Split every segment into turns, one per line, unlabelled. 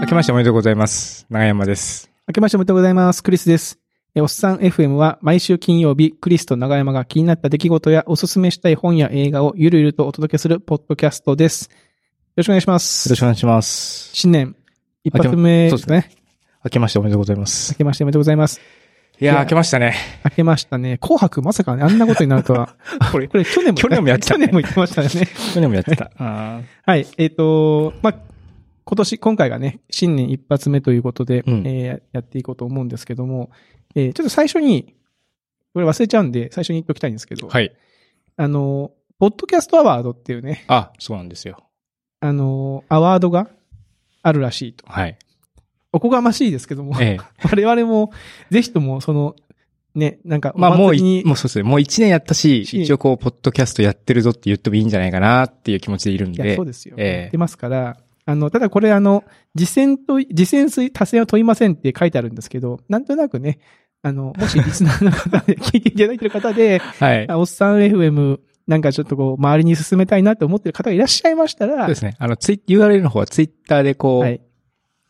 明けましておめでとうございます。長山です。
明けましておめでとうございます。クリスです。えおっさん FM は毎週金曜日、クリスと長山が気になった出来事やおすすめしたい本や映画をゆるゆるとお届けするポッドキャストです。よろしくお願いします。
よろしくお願いします。
新年、一発目ですね。
明けましておめでとうございま
明
す。
けましておめでとうございます。
いや
い
ー、
や
明けましたね。
明けましたね。紅白まさかね、あんなことになるとは。
これ、
これ去年も、
去年もやってた
去
ね
年も言ってましたよね。
去年もや ってた。あ
はい。えっ、と、まあ、今年、今回がね、新年一発目ということで、
うん
えーやっていこうと思うんですけども、えーちょっと最初に、これ忘れちゃうんで、最初に言っておきたいんですけど、
ーはい。
あの、ポッドキャストアワードっていうね、
あ、そうなんですよ。
あの、アワードがあるらしいと。
はい。
おこがましいですけども、
ええ。
我々も、ぜひとも、その、ね、なんか、
まあ、もう
お祭り
い、
に
もうそうですね。もう一年やったし、
し
一応こう、ポッドキャストやってるぞって言ってもいいんじゃないかなっていう気持ちでいるん
い
で。
や、そうですよ。
ええ
言ってますから、あの、ただこれ、あの、次戦と、次戦水、多戦は問いませんって書いてあるんですけど、なんとなくね、あの、もしリスナーの方で、 聞いていただいてる方で、
はい。
あおっさん FM、なんかちょっとこう、周りに進めたいなって思ってる方がいらっしゃいましたら、
そうですね。あの、ツイ URL の方はツイッターでこ
は
う
い、。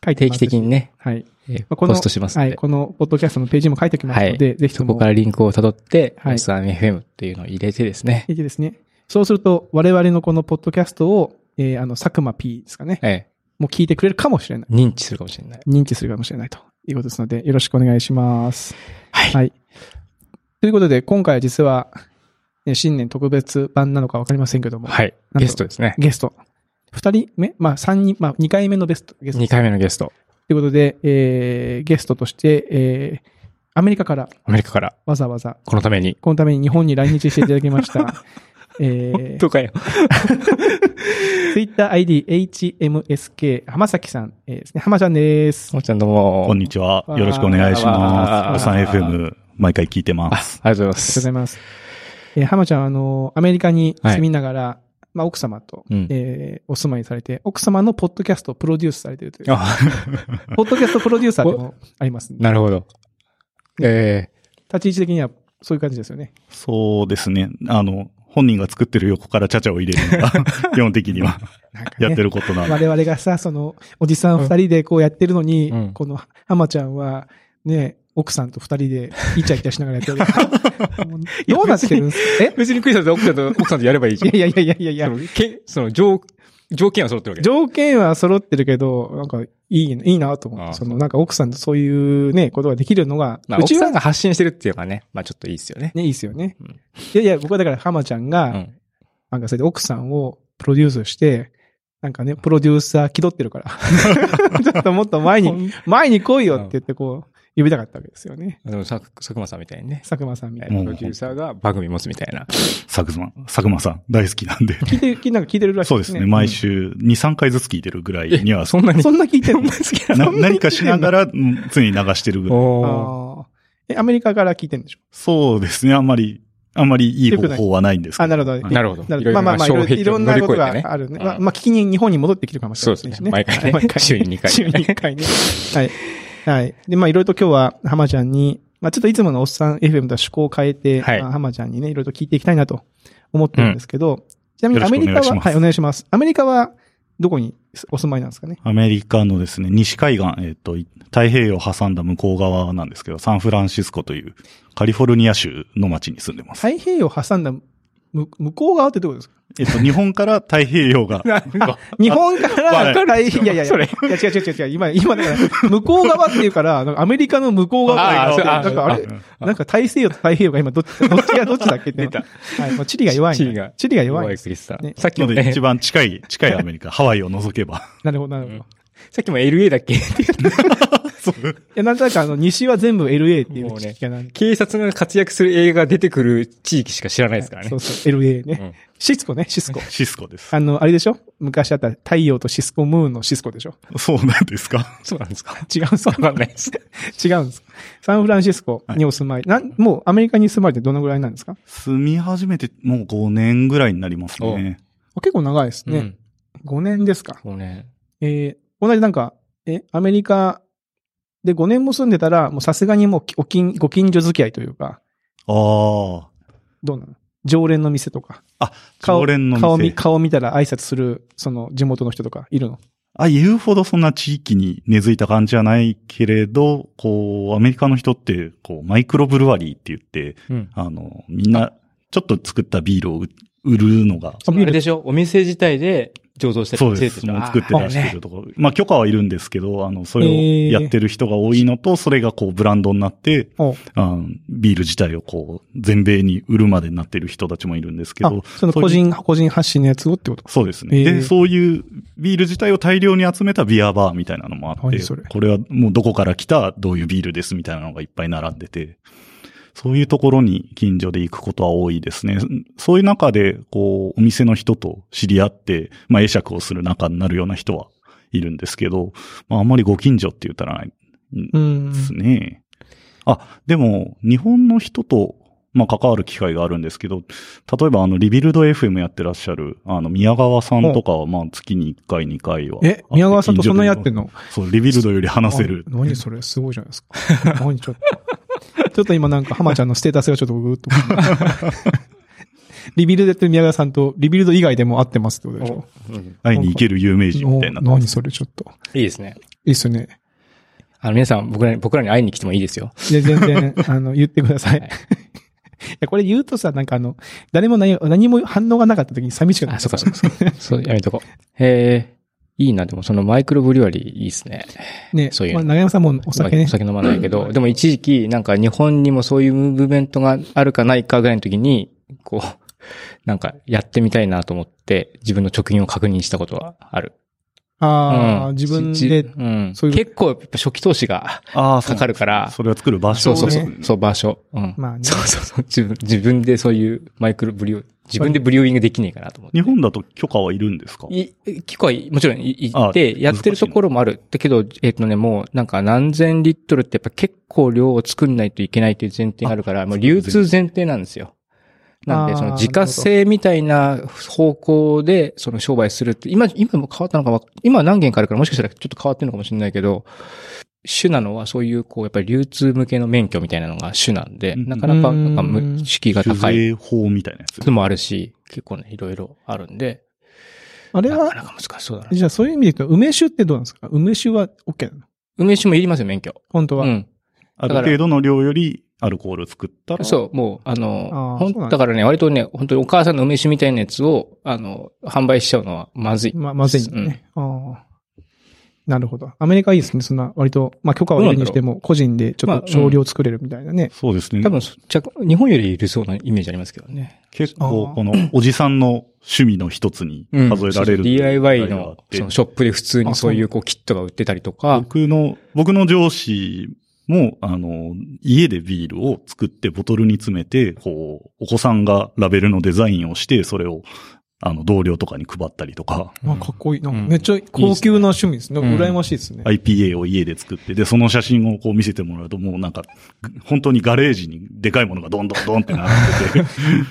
書いて
定
ま
期
す
的にね、
はい。
えー
まあこ
ポ
の
ストします
は
ん
い。
で。
この、ポッドキャストのページにも書いておきますので、ぜひと
そ
も。
こからリンクを辿って、
はい
おっさん FM っていうのを入れてですね。
いいですね。そうすると、我々のこのポッドキャストを、えーあの、佐久間 P ですかね。
え
もう聞いてくれるかもしれない。
え。認知するかもしれない。
認知するかもしれないということですので、よろしくお願いします。
はい
はい。ということで、今回は実は、ね新年特別版なのかわかりませんけども、
はい。
と
ゲストですね。
ゲスト、二人目まあ、三人、まあ、二回目のベスト、ゲスト
2回目のゲスト。
ということで、えーゲストとして、えーアメリカから
アメリカから、
わざわざ、
このために。
このために日本に来日していただきま した。えー、
かよ。
TwitterID、HMSK、浜崎さん、えーですね。浜ちゃんです。
もちゃんどうも。
こんにちは。
わー
よろしくお願いし
わー
ます。おっさん FM、毎回聞いてます。
ありがとうございま
ありがとうござ
す。
います。えー、浜ちゃんは、あの、アメリカに住みながら、まあ、奥様と、
うん
えーお住まいにされて、奥様のポッドキャストをプロデュースされているという、
あ、
ポッドキャストプロデューサーでもありますんで、
なるほど。え
立ち位置的にはそういう感じですよね。
そうですね。あの、本人が作ってる横からちゃちゃを入れるの が、基本的には
なんかね
やってることなんで。
我々がさ、その、おじさん二人でこうやってるのに、
うん
この浜ちゃんは、ね、奥さんと二人でイチャイチャしながらやって る。もうどうなってるんですか
え。別にクイズだと奥さんと、 奥さんとやればいいじゃん。
えいやいやいやいやいや
そ、のけその、条、条件は揃ってるわけ
条件は揃ってるけど、なんか、いい、いいなと思っ
ああ
て、その、なんか奥さんとそういうね、ことができるのが、
まあ、
う
奥
ち
さ
は
んが発信してるっていうのがね、まあちょっといいですよね。
ね、いいですよね。
うん
いやいや、僕はだから浜ちゃん
う
が、
ん。
なんかそれで奥さんをプロデュースして、なんかね、プロデューサー気取ってる から。ちょっともっと前に、前に来いよって言ってこう、呼びたかったわけですよね。
でも、さ佐久間さんみたいにね。
佐久間さんみたい
え
な。
プロデューサーが番組持つみたいな。
佐久間、佐久間さん、大好きなんで。
聞いてる、聞いなんか聞いてるらしい
そうですね。毎週2、3回ずつ聞いてるぐらいに は、
そんなに。
そんな聞いてるの
な何かしなが
ら。
らうん常に流してるぐらい。
おー
ああ。え、アメリカから聞いてるんでしょ
そうですね。あんまり、あんまりいい方法はないんですけ
あ、な
ど。
るほど。
なるほど。
なるほど。まあまあまあ、いろ
障壁
いろ
を
ん
乗
な
り
こ
越
と
えてね
があるね。
うん
まあまあ、聞きに、日本に戻ってきてるかもしれませんし
そ
ね。
うですね毎回ね
毎回。
週に2回
週に2回ね。はい。はい。で、まあ、いろいろと今日は、浜ちゃんに、まあ、ちょっといつものおっさん FM とは趣向を変えて、
はい
まあ浜ちゃんにね、いろいろと聞いていきたいなと思ってるんですけど、ちなみにアメリカ
よろしくお願い
は、は
します
い、お願いします。アメリカは、どこにお住まいなんですかね。
アメリカのですね、西海岸、えっ、と、い太平洋を挟んだ向こう側なんですけど、サンフランシスコというカリフォルニア州の町に住んでます。
太平洋を挟んだむ向こう側ってどこですか
えっと、日本から太平洋が、
なんか
日本から、
わか
い、やいやいや、
それ
いや違う違う違う違う、今、今だから、向こう側っていうから、なんかアメリカの向こう側っていうから
あー
なんかあ
そう
れ
あ、
なんか大西洋と太平洋が今どっち、どっちがどっちだっけ って。
出た
はい、もう地理が弱い、
地
ね。
理が
地理が弱
弱
いで
い
す。
クリスさん
ね。
さっき
の
も
で
ね
一、番近い、近いアメリカ、ハワイを除けば。
なるほど、なるほど。い
さっきも LA だっけ
や、なんとなくあの、西は全部 LA ってい
もう
う
ね
地域がなんか
警察が活躍する映画が出てくる地域しか知らないですからね。
そうそう、LA ね。
うん
シスコね、シスコ。
シスコです。
あの、あれでしょ昔あった太陽とシスコムーンのシスコでしょ
そうなんですか。
そうなんですか
違うんすか
わかんないです。
違うんですかサンフランシスコにお住まい。なん、もうアメリカに住まれてどのぐらいなんですか
住み始めてもう5年ぐらいになりますね。
結構長いですね。
うん。
5年ですか。
もうね。
えー、同じなんか、え、アメリカで5年も住んでたら、もうさすがにもうきお近、ご近所付き合いというか、
あ
どうなの常連の店とか。
あ。常連の
顔見、
店。
顔見たら挨拶する、その地元の人とかいるの。
あ、言うほどそんな地域に根付いた感じはないけれど、こう、アメリカの人って、こう、マイクロブルワリーって言って、
うん。
あの、みんな、ちょっと作ったビールを売売るのが、
あ
そ
ビー
のあ
ル
れでしょお店自体で醸造したり
そうで
精
す。
製
も
し
う
た
作って
あ
出してるところ。まあ、許可はいるんですけど、あの、それ
えー
をやってる人が多いのと、それがこう、ブランドになって、
お
あのビール自体をこう、全米に売るまでになってる人たちもいるんですけ
あ
ど、、
その個
そういう
人、個人発信のやつをってことか。
そうですね。
えー
で、そういうビール自体を大量に集めたビアバーみたいなのもあっ
何
て、
それ
これはもうどこから来たどういうビールですみたいなのがいっぱい並んでて、そういうところに近所で行くことは多いですね。そういう中で、こう、お店の人と知り合って、まあ、会釈をする仲になるような人はいるんですけど、まあ、あんまりご近所って言ったらない
うん
で。すね。あ、でも、日本の人と、まあ、関わる機会があるんですけど、例えば、あの、リビルド FM やってらっしゃる、あの、宮川さんとかは、まあ、月に1回、2回は。
え、宮川さんとそんなやってんの
そう、リビルドより話せる
あ。何それすごいじゃないですか。 何ちょっと。ちょっと今なんか、浜ちゃんのステータスがちょっとグーッと。 リビルドやってる宮川さんと、リビルド以外でも会ってますってことでしょ
うん
会いに行ける有名人みたいになって
お
ます
何それちょっと。
いいですね。
いいっすよね。
あの、皆さん、僕らに、僕らに会いに来てもいいですよ。
いや、全然、あの、言ってください。
はい
いや、これ言うとさ、なんかあの、誰も何何も反応がなかった時に寂しくなる。
あ、そうか、そうか、そうか。そう、やめとこう。へえ、いいな、でもそのマイクロブリュワリーいいですね。
ね、
そういう
ま
の
あ、長山さんもお酒ね
お。酒飲まないけど、でも一時期、なんか日本にもそういうムーブメントがあるかないかぐらいの時に、こう、なんかやってみたいなと思って、自分の貯金を確認したことはある。
ああ、
うん
自分
じ
で、
うん
そういう
結構、やっぱ初期投資が
ああ、
かかるから、
それは作る場
そ
所
うそうそ
そう
う、そう、場所。うん。
まあね
そうそうそう。自分、自分でそういうマイクロブリュー、自分でブリューイングできねえかなと思って。
日本だと許可はいるんですか
い、結構はい、もちろんい行っ
あ
て、やってるところもある。だけど、えっ、とね、もうなんか何千リットルってやっぱ結構量を作んないといけないという前提があるから、もう流通前提なんですよ。なん
あ
で、
ー
その自家製みたいな方向で、その商売するって、今、今も変わったのかわ、今は何件かあるから、もしかしたらちょっと変わってるのかもしれないけど、主なのはそういう、こう、やっぱり流通向けの免許みたいなのが主なんで、
うん
なかなか、なんか
う
む、
ん
敷居が
酒
高い
税法みたいなやつ。
のもあるし、結構ね、いろいろあるんで、
あれ
なか
は、
なか難しそうだな。
じゃあそういう意味で言うと、梅酒ってどうなんですか梅酒は OK なの
梅酒もいりますよ、免許。
本当は。
うん。
あ
ら
る程度の量よりアルコールを作ったら、
そう、もう、あの、
あー
ほん
そうなん
だ
だ
からね、割とね、本当にお母さんの梅酒みたいなやつを、あの、販売しちゃうのはまずい。
まあ、まずいんだね。ああ。なるほど。アメリカはいいですね。そんな、割と、まあ、許可を得るにしても、個人でちょっと少量作れるみたいなね。
そうですね
多。分、そちゃ日本よりいるそうなイメージありますけどね。
結
あ
構
ー、
この、おじさんの趣味の一つに
うん
数えられ
そ
る、
うそう DIY
があっ
の、
て
そのショップで普通にそういう、こう、キットが売ってたりとか、
僕の、僕の上司も、あの、家でビールを作ってボトルに詰めて、こう、お子さんがラベルのデザインをして、それを、あの、同僚とかに配ったりとか、
まあ、かっこいい。なんか
うん
めっちゃ高級な趣味ですね。
うん
羨ましいですね。
IPA を家で作って、で、その写真をこう見せてもらうと、もうなんか、本当にガレージにでかいものがどんどんどんってなって て、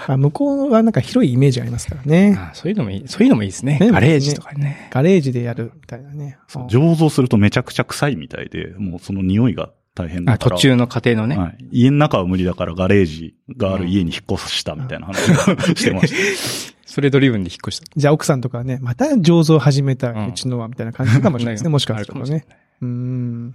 あ向こうはなんか広いイメージありますからね。
あーそういうのもいい、そういうのもいいですね。
ね
ガレージとかね。
ガレージでやるみたいなね。
そう
ああ
醸造するとめちゃくちゃ臭いみたいで、もうその匂いが大変
あ
だから。
途中の家庭のね。
はい。家の中は無理だからガレージがある家に引っ越したみたいな話をしてました。
それドリブンで引っ越した。
じゃあ、奥さんとかはね、また醸造始めた、
うん
うちのは、みたいな感じかもしれないですね。もしかすると
あれ
ね。うーん。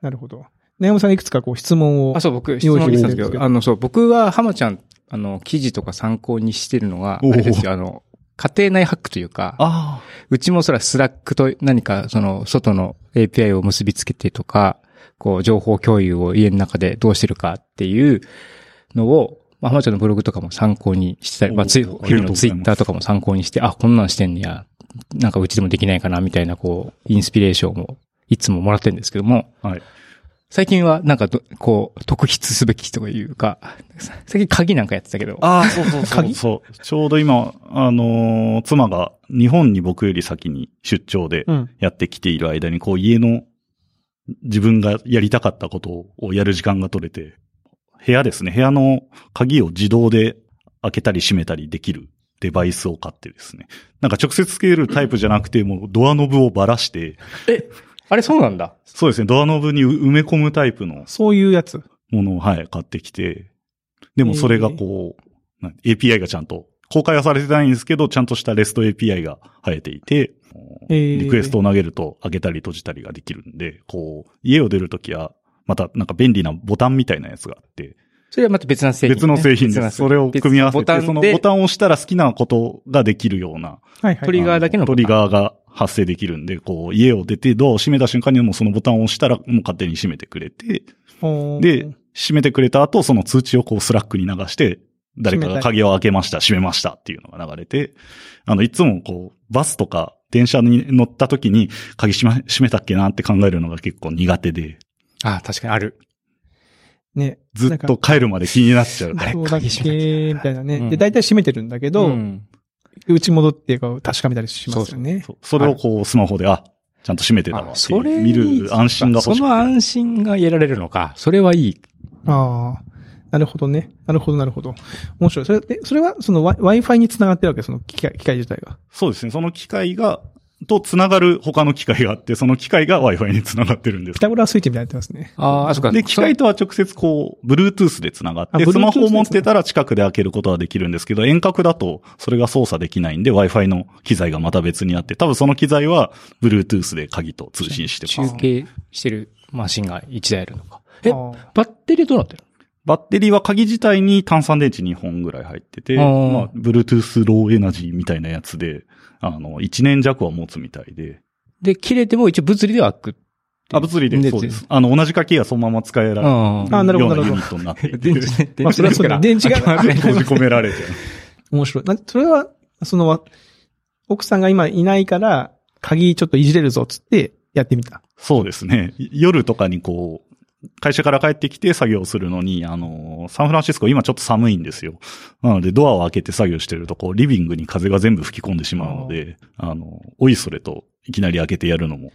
なるほど。長山さんいくつかこう質問を。
あ、そう、僕、質問してたんです
用意し
け
てる
ど、あの、そう、僕は、浜ちゃん、あの、記事とか参考にしてるのが、あ
おお
れですよ、あの、家庭内ハックというか、
あ
うちもそらスラックと何か、その、外の API を結びつけてとか、こう、情報共有を家の中でどうしてるかっていうのを、まあ、浜ちゃんのブログとかも参考にしてたり、まあ、つい
おおあ
日
り
々
がとう
の
ござ
ツ
い
イ
ます
ッターとかも参考にして、あ、こんなんしてんねや、なんかうちでもできないかな、みたいな、こう、インスピレーションも、いつももらってるんですけども、
あ。はい。
最近はなんかど、こう、特筆すべきというか、さ最近鍵なんかやってたけど、
ああ、そうそうそう。そう。ちょうど今、あのー妻が日本に僕より先に出張で
うん。
やってきている間に、こう家の自分がやりたかったことをやる時間が取れて、部屋ですね。部屋の鍵を自動で開けたり閉めたりできるデバイスを買ってですね。なんか直接つけるタイプじゃなくて、もうドアノブをばらして、
あれそうなんだ。
そうですね、ドアノブに埋め込むタイプの
そういうやつ。
ものを、はい、買ってきて、でもそれがこう、なん API がちゃんと、公開はされてないんですけど、ちゃんとした REST API が生えていて、
えー
リクエストを投げると上げたり閉じたりができるんで、こう、家を出るときは、またなんか便利なボタンみたいなやつがあって、
それはまた別の製品ね、
別の製品
別
で
な
す。それを組み合わせ
別の
て、
ボタ
そ
ン
の
で
ボタンを押したら好きなことができるような、
はいはい。
トリガーだけの
あ
ボタン
トリガーが発生できるんで、こう、家を出てドアを閉めた瞬間にもうそのボタンを押したらもう勝手に閉めてくれて、
おー
で、、閉めてくれた後、その通知をこうスラックに流して、誰かが鍵を開けました、閉めましたっていうのが流れて、あの、いつもこう、バスとか電車に乗った時に、鍵閉め、閉めたっけなって考えるのが結構苦手で、
ああ、確かにある。
ね。
ずっと帰るまで気になっちゃう。
なんか。そうだっ
鍵閉めなきゃ
けみたいな
う
ね。
ん
で、大体閉めてるんだけど、
うん
打ち戻ってこう確かめたりしますよね。
そうそれをこう、スマホで、あ、ちゃんと閉めてたわ
あ
ってい
そうれ
見る安心が欲しく
そ
て
の安心が得られるのか。それはいい。
ああ。なるほどね。なるほど、なるほど。面白い。それ、でそれは、その Wi- Wi-Fi につながってるわけその機械、機械自体が。
そうですね。その機械が、と繋がる他の機械があって、その機械が Wi-Fi に繋がってるんです
ピ。タゴラスイッチみたいになってますね。
ああ、そっか。
で、機械とは直接こう、Bluetooth で繋がっ
あ
て、
Bluetooth
スマホを持ってたら近くで開けることはできるんですけど、遠隔だとそれが操作できないんで、Wi-Fi の機材がまた別にあって、多分その機材は Bluetooth で鍵と通信してま
中
す。
継してるマシンが一台あるのか。え、
ああ
バッテリーどうなってる
バッテリーは鍵自体に炭酸電池2本ぐらい入ってて、
あ
ま
ー
あ、Bluetooth ローエナジーみたいなやつで、あの、1年弱は持つみたいで、
で、切れても一応物理では開く。
あ、物理
で
で、そうです。あの、同じ鍵がそのまま使えられる
あ
あなるほど
よう
なるほど
ユニットになっていて
電池ね
まあ、それはそう だ。電池が、
閉じ込められてる。
面白い。なそれは、その、わ奥さんが今いないから、鍵ちょっといじれるぞ、つって、やってみた。
そうですね。い夜とかにこう、会社から帰ってきて作業するのに、あのー、サンフランシスコ今ちょっと寒いんですよ。なのでドアを開けて作業してると、こう、リビングに風が全部吹き込んでしまうので、あの、おいそれといきなり開けてやるのも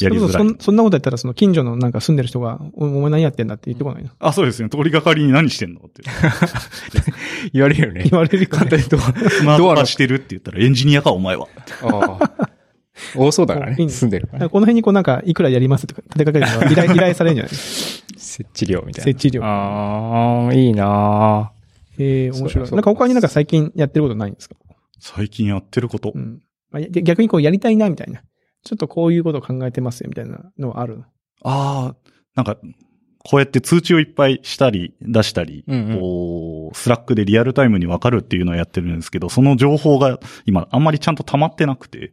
やりづ
それこそ
らい
そん。そんなことやったら、その近所のなんか住んでる人が、おお前何やってんだって言ってこないな。
あ、そうですね。通りがかりに何してんの って。
言われるよね
言。われるから、
簡単にド
スマ
ア、
ー
ド
ト
アの
化してるって言ったらエンジニアかお前は。
ああ多そうだから
いい
ね。
ね
住んでるか
なん
ら
か
ね。
この辺にこうなんか、いくらやりますとか、立てかけるのは依頼、依頼されるんじゃないです
設置料みた
か
いな。
設置料。
ああ、いいな
ええ面
そう
白
だ
い。
そうだ
なんか他になんか最近やってることないんですか
最近やってること
う。ん。まあ、や逆にこうやりたいな、みたいな。ちょっとこういうことを考えてますよ、みたいなのはあるの。
ああ、なんか、こうやって通知をいっぱいしたり、出したり、
うんうん
こう、スラックでリアルタイムに分かるっていうのをやってるんですけど、その情報が今、あんまりちゃんと溜まってなくて。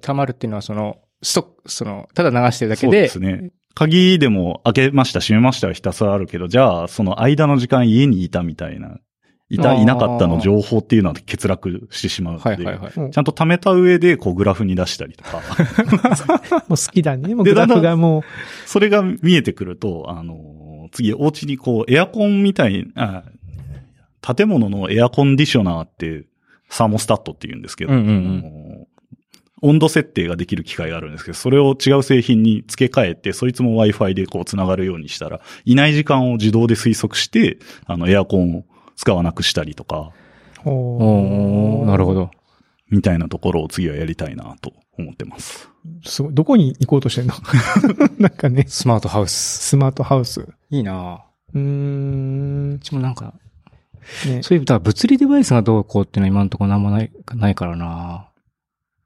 溜まるっていうのはその、ストック、その、ただ流してるだけ
そうで
で、
すね。鍵でも開けました、閉めましたはひたすらあるけど、じゃあ、その間の時間家にいたみたいな、い
あ
た、
ー
いなかったの情報っていうのは欠落してしまうので、
はいはいはい。
ちゃんと溜めた上で、こう、グラフに出したりとか、
もう好きだね。もう
で
グラフ
だんだ
がもう、
それが見えてくると、あの、次、お家にこう、エアコンみたいあ、建物のエアコンディショナーって、サーモスタットって言うんですけど、
うんうん
あの温度設定ができる機械があるんですけど、それを違う製品に付け替えて、そいつも Wi-Fi でこう繋がるようにしたら、いない時間を自動で推測して、あの、エアコンを使わなくしたりとか、
おー、なるほ
ど。
ど。
みたいなところを次はやりたいなと思ってます。
すごい。どこに行こうとしてんの なんかね、
スマートハウス。
スマートハウス。う
いいな
ーん
う。ちもなんか、
ね、
そういう、だから物理デバイスがどうこうっていうのは今のところなんもない、ないからな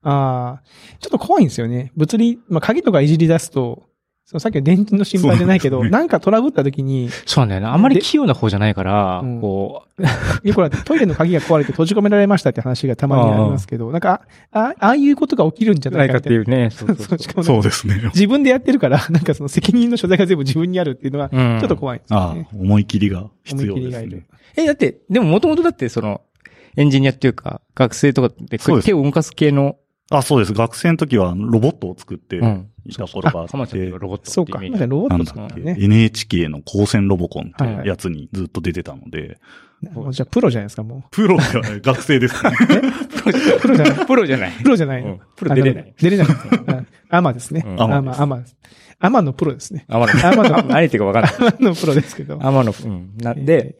ああ、ちょっと怖いんですよね。物理、まあ、鍵とかいじり出すと、そのさっきの電池の心配じゃないけど、
そう
な
なん
ん
ですよね
かトラブった時に、
そうなんだよね。あんまり器用な方じゃないから、
うん
こう、
よくほらトイレの鍵が壊れて閉じ込められましたって話がたまにありますけど、なんか、ああああいうことが起きるんじゃ
な
ないい
か
か
っ
ってて
い
いうう。
ね。そうそう
そうしかもなんか
そうですね。
自分でやってるから、なんかその責任の所在が全部自分にあるっていうのは、ち
う
ょ
ん
っと怖いですよ
あ
ね。
あ、思い切りが
思
必
い
要
切
で
りが
す
い
ね
る。。
え、だって、でももともとだってその、エンジニアっていうか、学生とかで
そうです
手を動かす系の、
あ、そうです。学生の時はロボットを作って
うん。
いた頃があ
浜
っ
ちゃん
て、
ロボット
そうか。なんかロボ
な
ッ
ん
ト
だ
とか
っけ、
ね。
NHK の高専ロボコンって
はいはい
やつにずっと出てた ので、
もうじゃあプロじゃないですか、も
プロではない、学 生ですね。
う。プロじゃない。
プロじゃない。
プロじゃないの。
プロ出れない。
あ。出れない。うんアマですね。
うん
アマ、アマ。アマのプロですね。
天
天
野。
野
何言ってるか分かんない。
アマのプロですけど。
天野、うん。なで、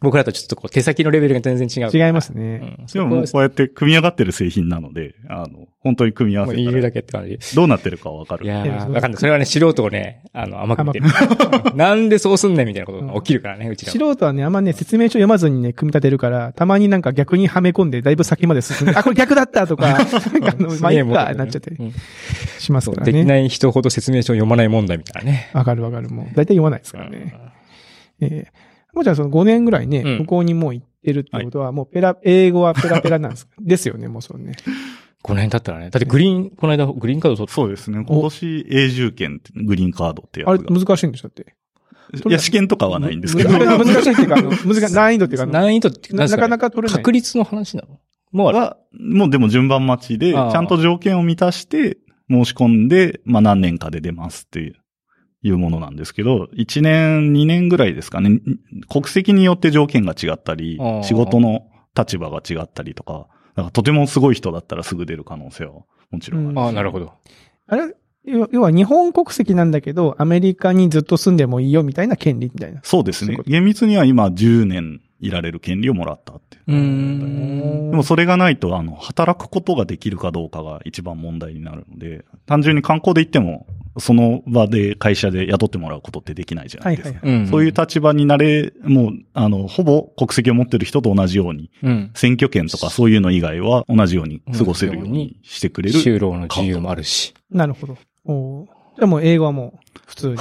僕らとちょっとこう手先のレベルが全然違う。
違います
う
ね。
ん。
で
そこは
ももうこうやって組み上がってる製品なので、あの、本当に組み合わ
もう
せ
言
た
える
ら
だけって感じ。
どうなってるかわか
い
る。
や
いや
ー、 わかんない。それはね、素人をね、あの、甘く見てる。 なんでそうすんねんみたいなことが起きるからね、うちらは。
素人はね、あんまね、説明書読まずにね、組み立てるから、たまになんか逆にはめ込んで、だいぶ先まで進んで、あ、これ逆だったと か、なんかあの、
す
まあ、
げ
い
え
っ
もんだ
か、
よね
なっちゃって
うん
します
そう
から
でき
ね。
ない人ほど説明書を読まない問題みたいなね。
わかるわかる。もう、だいたい読まないですからね。えー、もちろんその5年ぐらいね、
うん
向こうにもう行ってるってことは、もうペラ、英語はペラペラなんです。ですよね、もうそのね。
5年経ったらね。だってグリーン、この間、グリーンカード取っ
そうですね。今年永住権、グリーンカードってやつ
あれ、
が。
難しいんでしょだって。
いや、試験とかはないんですけど。
むむ難しいっていうか、あの、難しい、難易度っていうかあの、
難易度って、
ななかな
か
か取れない。
確率の話なのもうある。
は、もうでも順番待ちで、ち
ああ
ゃんと条件を満たして、申し込んで、まあ何年かで出ますっていう、いうものなんですけど、1年、2年ぐらいですかね。国籍によって条件が違ったり
あ、あ
仕事の立場が違ったりとか、だからとてもすごい人だったらすぐ出る可能性はもちろんあるし。
ああ、なるほど。
あれ、要要は日本国籍なんだけど、アメリカにずっと住んでもいいよみたいな権利みたいな。
そうで
そ
す
ういう
ね
こ。と
厳密には今10年いられる権利をもらったって。
うー
うん
ん。
でもそれがないと、あの、働くことができるかどうかが一番問題になるので、単純に観光で行っても、その場で会社で雇ってもらうことってできないじゃな
はいい
です
は
か。
いはい。
うん
そういう立場になれ、もう、あの、ほぼ国籍を持ってる人と同じように、
うん。
選挙権とかそういうの以外は同じように過ごせるようにしてくれる。
就労の自由もあるし。
なるほど。おーじゃあもう英語はもう、普通に。
い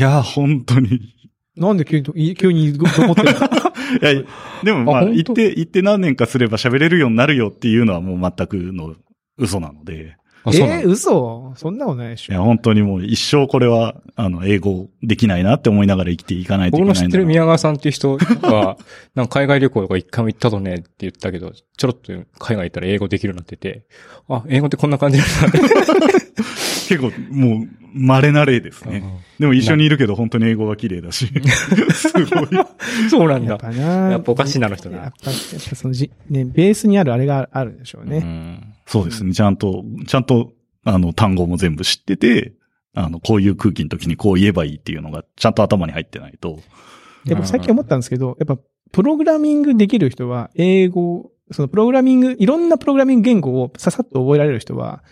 やー、本当に。
なんで急に、い急にどどこってるの
いや、でもま
あ
あ、
本当
行って、行って何年かすれば喋れるようになるよっていうのはもう全くの嘘なので。
あ、そうな
えー、
の
嘘そんなことないでし
い
ょ。
や、本当にもう一生これは、あの、英語できないなって思いながら生きていかないとい
僕
けな
の
いんだ
知
な
ってる宮川さんっていう人は、なんか海外旅行とか一回も行ったとねって言ったけど、ちょろっと海外行ったら英語できるようになってて、あ、英語ってこんな感じなんだ
結構、もう、稀な例ですね。でも一緒にいるけど本当に英語が綺麗だし。 すごい。
そうなん
やっ
だ。
ぱな
やっぱおかしいなあの人な
やっぱ、やっぱそのじ、ね、ベースにあるあれがあるんでしょうね。
うん
そうですね。ちゃんと、ちゃんと、あの、単語も全部知ってて、あの、こういう空気の時にこう言えばいいっていうのが、ちゃんと頭に入ってないと。
でも最近思ったんですけど、やっぱ、プログラミングできる人は、英語、そのプログラミング、いろんなプログラミング言語をささっと覚えられる人は、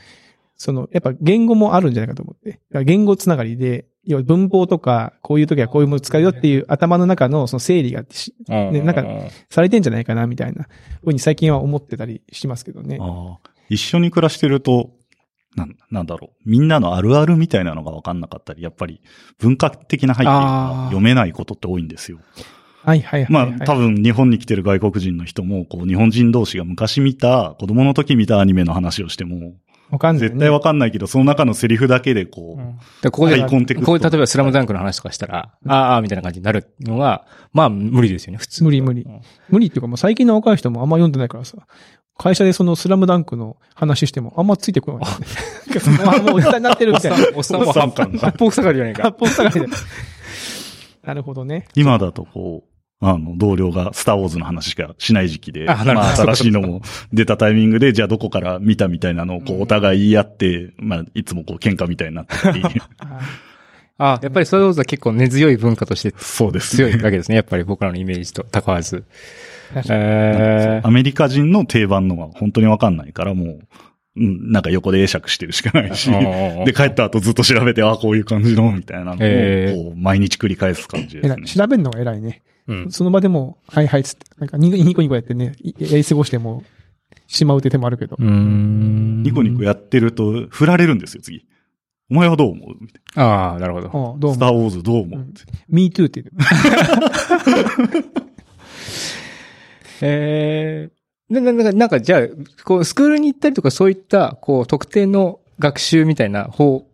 その、やっぱ言語もあるんじゃないかと思って。だから言語つながりで、要は文法とか、こういう時はこういうもの使うよっていう頭の中のその整理がしねなんかされてんじゃないかな、みたいな、ふうに最近は思ってたりしますけどね。
ああ。一緒に暮らしてると、なん、なんだろう。みんなのあるあるみたいなのが分かんなかったり、やっぱり文化的な背景
あ
が
ー
読めないことって多いんですよ。
はいはいはい、
ま
はい。
あ、多分日本に来てる外国人の人も、こう、日本人同士が昔見た、子供の時見たアニメの話をしても、
わかんない、ね。
絶対わかんないけど、その中のセリフだけでこ
う
う、
ん
でここで、
はいコンテクスト
ここで例えばスラムダンクの話とかしたら、あーあー、みたいな感じになるのが、まあ無理ですよね、普通。
無理無理
うん
無理っていうかもう最近の若い人もあんま読んでないからさ。会社でそのスラムダンクの話してもあんまついてこない、ね。 なんかもうおじさんになってるみたいな。
おっさんも
おっさん
八
感
八方塞がりじゃないか。
発砲下がりで。 なるほどね。
今だとこう、あの、同僚がスターウォーズの話しかしない時期で、
あなるほど
まあ、新しいのも出たタイミングで、じゃあどこから見たみたいなのを、こう、お互い言い合って、まあ、いつもこう、喧嘩みたいになったり。
あ
あやっぱりスターウォーズは結構根強い文化として
そうです
強
ね。
いわけですね。やっぱり僕らのイメージと高わず。
確か
え
アメリカ人の定番のは本当にわかんないから、もう、うん、なんか横で会釈してるしかないし、
ー
で、帰った後ずっと調べて、あこういう感じの、みたいなのを、
えー
こう、毎日繰り返す感じで
偉
す
い。
ね。
調べるのが偉いね。
うん
その場でも、はいはいっつって、なんかニコニコニコやってね、いやり過ごしてもしまうって手もあるけど。
うん
ニコニコやってると、振られるんですよ、次。お前はどう思うみたい
ああ、なるほど。
ああどう
な。スター
も。
ウォーズどう思う、
うん me too って言う。
ええな、な、ななんか、じゃあ、こう、スクールに行ったりとか、そういった、こう、特定の学習みたいな方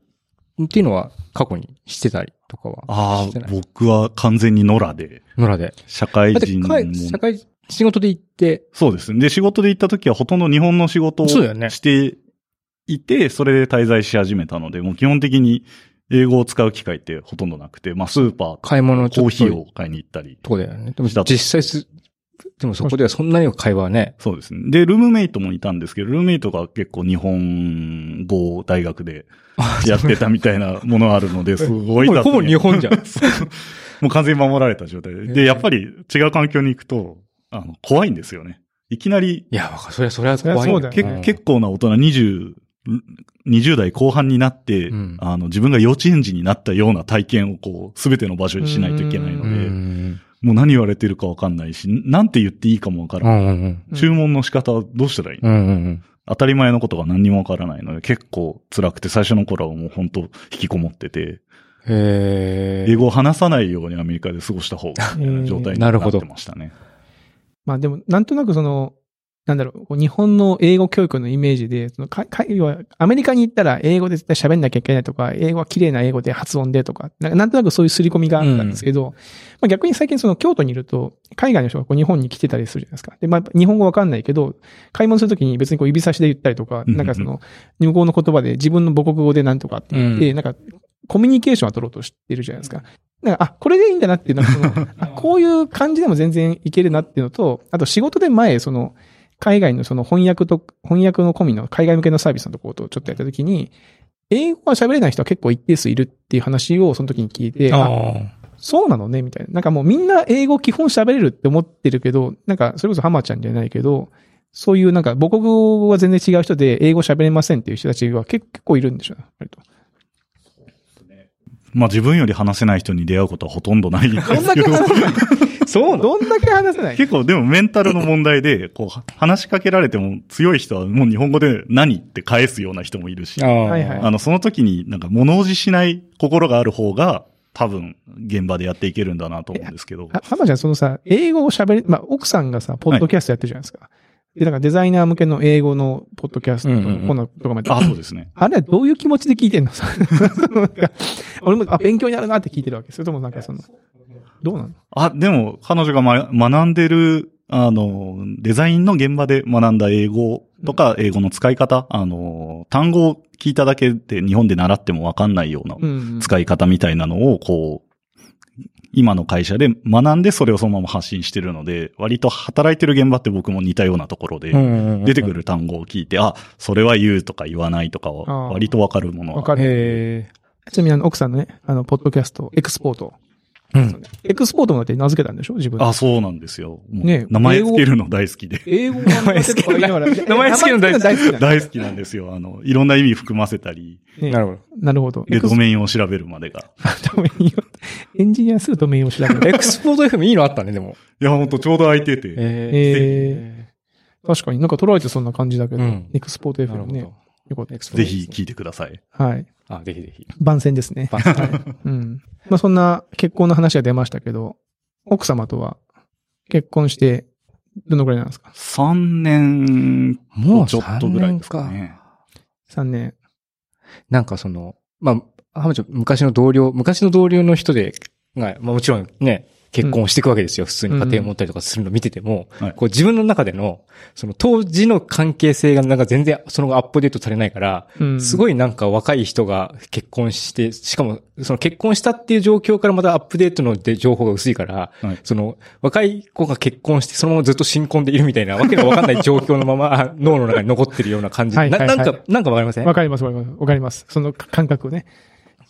っていうのは、過去にしてたりとかは、
あ
して
あ
な、い
僕は完全に野良で、
野良で。
社会
だって
人も。
かい、社会、仕事で行って、
そうですね。で、仕事で行った時はほとんど日本の仕事を
そうだよね
していて、それで滞在し始めたので、もう基本的に英語を使う機会ってほとんどなくて、まあスーパー、
買い物ち
コ
ょ
ー
っと
ヒーを買いに行ったり。
とこだよね。でも
したと
実際す、でもそこではそんなには会話はね。
そうですね。で、ルームメイトもいたんですけど、ルームメイトが結構日本語を大 学でやってたみたいなものあるので、すごい
ほぼ
なと
ほぼ日本じゃん。
もう完全に守られた状態で。
え
で、
え
やっぱり違う環境に行くと、あの、怖いんですよね。いきなり、
いや、わかそりゃ、そりゃ
そりゃ
怖い
そ
よ
うだよ
け
うん
結構な大人20、20代後半になって、
うん
あの、自分が幼稚園児になったような体験をこう、すべての場所でしないといけないの
う
で、
ん。
もう何言われてるかわかんないし、なんて言っていいかもわか
う
らない。
んうん
注文の仕方はどうしたらいいの、
うん。うんうん
当たり前のことが何にもわからないので、結構辛くて、最初の頃はもう本当引きこもってて、
うん。へ
英語を話さないようにアメリカで過ごした方が、みたいな状態になってましたね。
まあでも、なんとなくその、なんだろうこう、日本の英語教育のイメージで、そのかか要はアメリカに行ったら英語で絶対喋んなきゃいけないとか、英語は綺麗な英語で発音でとか、なんかなんとなくそういう刷り込みがあったんですけど、まあ逆に最近その京都にいると、海外の人がこう日本に来てたりするじゃないですか。で、まあ日本語わかんないけど、買い物するときに別にこう指差しで言ったりとか、
うん
なんかその、向こうの言葉で自分の母国語でなんとかって言って、
う
なんかコミュニケーションは取ろうとしてるじゃないですか。なんか、あ、これでいいんだなっていう、なんかそ のあこういう感じでも全然いけるなっていうのと、あと仕事で前、その、海外のその翻訳と、翻訳の込みの海外向けのサービスのところとちょっとやったときに、英語は喋れない人は結構一定数いるっていう話をその時に聞いて、
え。
あ
あ
そうなのねみたいな。なんかもうみんな英語基本喋れるって思ってるけど、なんかそれこそハマちゃんじゃないけど、そういうなんか母国語は全然違う人で英語喋れませんっていう人たちは結結構いるんでしょうね、割と。
まあ自分より話せない人に出会うことはほとんどないんです
どんだ
け
け
ど、
話せない
あ。そう
どんだけ話せない
結構でもメンタルの問題で、こう、話しかけられても強い人はもう日本語で何って返すような人もいるし、あ
はいはい
あ
の、その時になんか物おじしない心がある方が、多分、現場でやっていけるんだなと思うんですけど。
あ浜ちゃん、そのさ、英語を喋れ、まあ、奥さんがさ、ポッドキャストやってるじゃないですか。で、なんかデザイナー向けの英語のポッドキャストと
うんうんう
か、
ん
こんなとかもやってる
あ、そうですね。
あれはどういう気持ちで聞いてんの そのなんか俺も、あ、勉強になるなって聞いてるわけ。それともなんかその、どうなの
あ、でも、彼女が、ま、学んでる、あの、デザインの現場で学んだ英語とか、英語の使い方、あの、単語を聞いただけで日本で習ってもわかんないような
うん。
使い方みたいなのを、こう、今の会社で学んでそれをそのまま発信してるので、割と働いてる現場って僕も似たようなところで、
の
出てく。る単語を聞いて、あ、それは言うとか言わないとか
あ
は、
ー
割とわかるもの
わ
は。
かる。
へ
ちなみにあの、奥さんのね、あの、ポッドキャスト、エクスポート。
え。うん。
エクスポートもだって名付けたんでしょ自分で
あ、そうなんですよ。もう
ね
名前つけるの大好きで。
英 語
名前付けるの名前付けるの大好き
名前付けるの大好きだ
大好きなんですよ。あの、いろんな意味含ませたり、
ね
なるほ
なるほど。
で、
エク
ド
ス
メインを調べるまでが。
ドメインをエンジニアするドメインを調べる
ど。。エクスポート FM いいのあったね、でも。
いや、ほんとちょうど空いてて。
え確かになんか捉えてそんな感じだけど、
うん
エクスポート
えなる
FM
ほ
ね。
ど。
よかった。
ぜひ聞いてください。
はい。
あ、ぜひぜひ。
番宣ですね。
バスタ
うん。まあそんな結婚の話が出ましたけど、奥様とは結婚してどのくらいなんですか
3年
もう
ちょっとぐらいですか
三年
ね。
?3 年。
なんかその、まあ、浜ちゃん、昔の同僚、昔の同僚の人で、が、まあもちろんね、結婚していくわけですよ。普通に家庭を持ったりとかするの見てても、
はい
こう自分の中での、その当時の関係性がなんか全然その後アップデートされないから、
うん。
す
い。
ごいなんか若い人が結婚して、しかもその結婚したっていう状況からまたアップデートので情報が薄いから、
はい
その若い子が結婚してそのままずっと新婚でいるみたいなわけのわかんない状況のままあ脳の中に残ってるような感じ。
はいはいはい
ななんか、なんかわかりません
わかります、わかります。わかります。その感覚ね。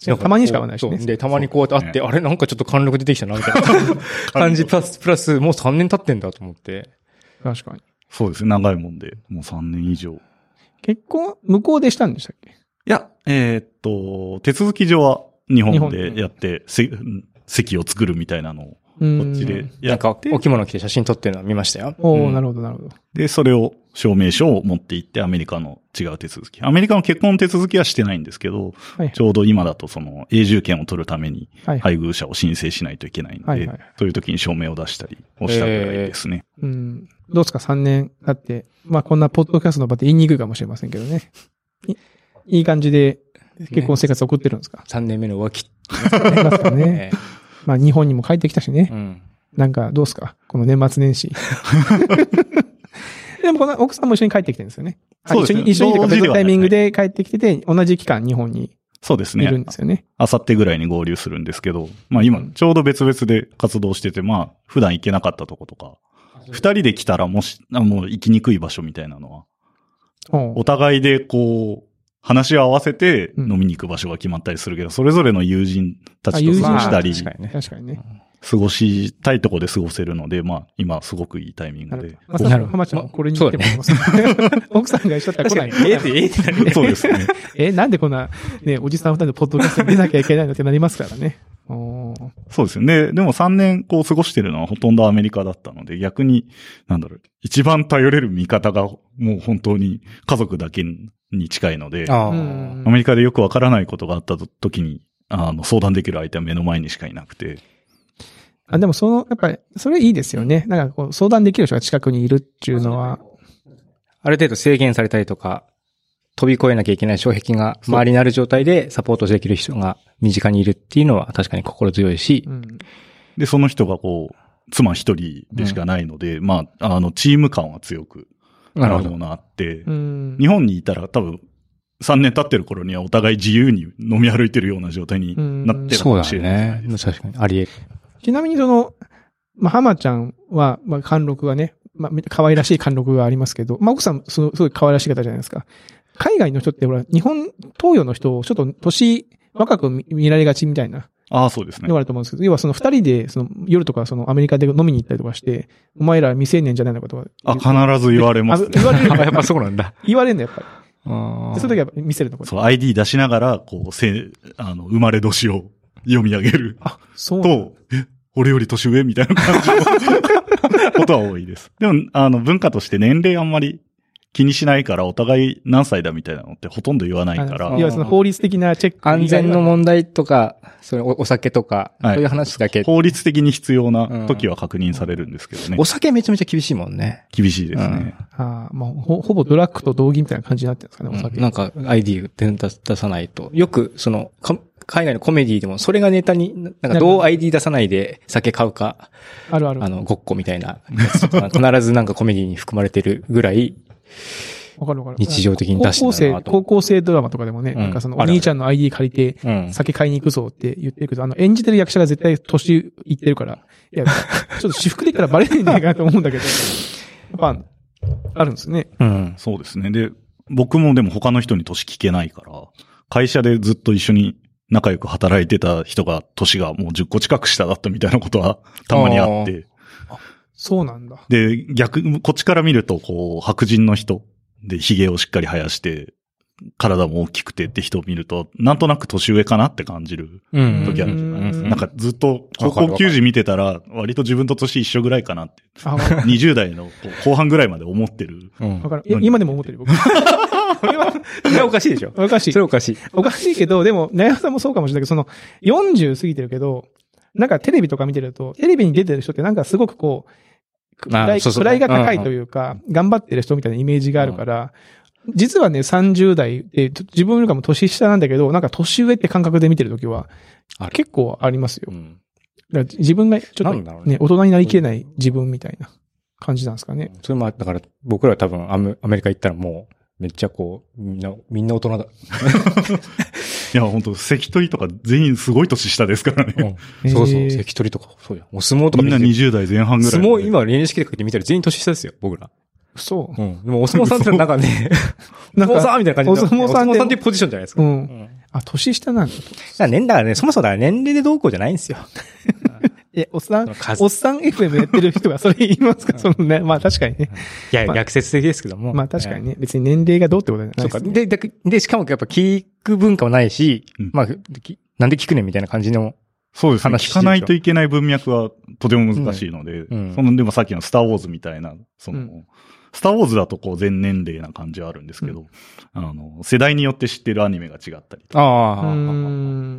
なんか
たまにしか会わないし
こう
ね
そう。で、たまにこうやって会って、
そ
あれなんかちょっと貫禄出てきたな、みたいな感じ、プラス、プラス、もう3年経ってんだと思って。
確かに。
そうですね。長いもんで、もう3年以上。い
結婚、向こうでしたんでしたっけ
や、えーっと、手続き上は日本でやって、せ席を作るみたいなのを、
うん
こっちでや
なんか、
っ
お
て、
着物着て写真撮ってるの見ましたよ。
おー、
うん
なるほど、なるほど。
で、それを、証明書を持って行って、アメリカの違う手続き。アメリカの結婚手続きはしてないんですけど、
はい
ちょうど今だとその永住権を取るために
はいはい。
配偶者を申請しないといけないので、
はいはい
そういう時に証明を出したりをしたぐらいですね。
うん。どうですか、3年経って。まあ、こんなポッドキャストの場で言いにくいかもしれませんけどね。いいい感じで結婚生活送ってるんですか、
3年目の浮気。
ありますか ね。
え
まあ、日本にも帰ってきたし
え
ね
う。ん。
なんか、どうですかこの年末年 始。でも、この奥さんも一緒に帰ってきてるんですよね。あ
そうですね
一緒に、一緒にというか
同時
別
で
のタ
はな
イ
い
ミングで帰ってきてて、同じ期間日本に
そうです
いるん
ね
で。すよね。
あさってぐらいに合流するんですけど、まあ今、ちょうど別々で活動してて、まあ普段行けなかったとことか、二人で来たらもし、あもう行きにくい場所みたいなのは。
お
お互いでこう、話を合わせて
うん
飲みに行く場所が決まったりするけど、それぞれの友人たち
あ友
と
人
過ごしたり、
確かにね。
確かにね。
過ごしたいとこで過ごせるので、まあ、今すごくいいタイミン
な
グ
る
で。
ほど。まさ
な
か
るほど
浜ちゃん、これに来てもらいます。 奥さんが一緒だったら 来ない。
えって、えってなるね
そうですね。
え、なんでこんな、ね、おじさん二人でポッドキャストに出なきゃいけないのってなりますからね。おー
そうですよね。で、でも3年こう過ごしてるのはほとんどアメリカだったので、逆に、なんだろう、一番頼れる味方がもう本当に家族だけに近いので、
ああ。
うん
アメリカでよくわからないことがあった時に、あの、相談できる相手は目の前にしかいなくて、
あ、でもその、やっぱり、それいいですよね。なんかこう、相談できる人が近くにいるっていうのは、
ある程度制限されたりとか、飛び越えなきゃいけない障壁が周りにある状態でサポートできる人が身近にいるっていうのは確かに心強いし
う、ん。
で、その人がこう、妻一人でしかないので、まあ、あの、チーム感は強く
なるほ
も
ど。
のあって
う、ん。
日本にいたら多分、3年経ってる頃にはお互い自由に飲み歩いてるような状態になってるか
そう
も
だ
しれない
ね
です。。
確かに。あり得る。
ちなみにその、まあ、浜ちゃんは、まあ、貫禄がね、まあ、可愛らしい貫禄がありますけど、まあ、奥さん、その、すごい可愛らしい方じゃないですか。海外の人って、ほら、日本、東洋の人をちょっと年若く見見られがちみたいな
ああ、そうですね
の。があると思うんですけど、要はその二人で、その、夜とか、その、アメリカで飲みに行ったりとかして、お前ら未成年じゃないのかとか。
あ、必ず言われま
あ
す、ね。
言われる。
やっぱそうなんだ。
言われるんだ、やっぱり。
あ
でその時はやっぱ見せるの、これ。
そう、ID 出しながら、こう、せ、あの、生まれ年を読み上げる
あ、そうなんだ
と、え、俺より年上みたいな感じのことは多いです。 でも、あの、文化として年齢あんまり気にしないから、お互い何歳だみたいなのってほとんど言わないか
あ
ら
のい、わゆるその法律的なチェック。
安全の。問題とか、それおお酒とか、
はい
そういう話だけ。
法律的に必要な時は確認されるんですけどね
お。酒めちゃめちゃ厳しいもんね。
厳しいですね。
ああ、まあ、ほほぼドラッグと同義みたいな感じになってるんですかね、お酒。
なんか ID 出出さないと。よく、その、か海外のコメディでも、それがネタに、なんかどう ID 出さないで酒買うか、
あるある。
あ
わ
の、ごっこみたいなやつとか、必ずなんかコメディに含まれてるぐらい、
かるわかる。
日常的に出して
高校
んだな
生、
と
高校生ドラマとかでもね、
うん
なんかその、
あ
お
る
兄ちゃんの ID 借りて、
うん。
酒買いに行くぞって言ってるけど、あの、演じてる役者が絶対年いってるから、いや、ちょっと私服でからバレるんじゃないかなと思うんだけど、やっぱ、あるんですね。
うん。
そうですね。で、僕もでも他の人に年聞けないから、会社でずっと一緒に仲良く働いてた人が年がもう10個近く下だったみたいなことはたまにあって、
そうなんだ。
で、逆、こっちから見ると、こう、白人の人で、髭をしっかり生やして、体も大きくてって人を見ると、なんとなく年上かなって感じる
うん。
時あるじゃないですか。なんかずっと高
わかる
校球児見てたら、割と自分と年一緒ぐらいかな って、
あ、わかる
20代のこう後半ぐらいまで思ってる。
うん
わ。かる。い今でも思ってるよ、僕。 それは、
それはおかしいでしょ
おかしい
それ。はおかしい。
おかしいけど、でも、長山さんもそうかもしれないけど、その、40過ぎてるけど、なんかテレビとか見てると、テレビに出てる人ってなんかすごくこう、く
あ
位
そうそう
位が高いというか、頑張ってる人みたいなイメージがあるから、実はね、30代で、ちょっと自分よりかも年下なんだけど、なんか年上って感覚で見てるときは
あ、る
結構ありますよ。
ん。
だから自分がちょ
な
っ
んだろ
と
うね
ね、大人になりきれない自分みたいな感じなんですかね。
それもあ、だから、僕ら多分アメアメリカ行ったらもう、めっちゃこう、みんな、みんな大人だ。
いや、本当関取とか全員すごい年下ですからね。
うん。そうそ
へ
う、
ー
関取とか、そうや。お相撲とか
みんな
見て
20代前半ぐらい。
相撲、今、NHK でかけて見たら全員年下ですよ、僕ら。
そ
うん。でも、お相撲さんってなんかね、
う。
お相撲さんみたいな感じで
お相撲さん
お
で
相撲さんっていうポジションじゃないです
う
か。
ん。
うん
あ、年下なんだ。
だから年だからね、そもそもだから年齢でどうこうじゃないんですよ。
え、おっさん
その数
おっさん FM やってる人がそれ言いま すかそのね。まあ確かにね。
いや、
まあ
逆説的ですけども。
まあ確かにね。別に年齢がどうってことじ
ええ。
ゃないで
そう
す
か。で、
ね
で、でしかもやっぱ聞く文化もないし
うん、
まあ、きなんで聞くねんみたいな感じの。
そうですね。
話
聞かないといけない文脈はとても難しいので、
うんうん
その、でもさっきのスターウォーズみたいな、その、
うん
スターウォーズだとこう全年齢な感じはあるんですけど、あの、世代によって知ってるアニメが違ったりとか。
あ
うー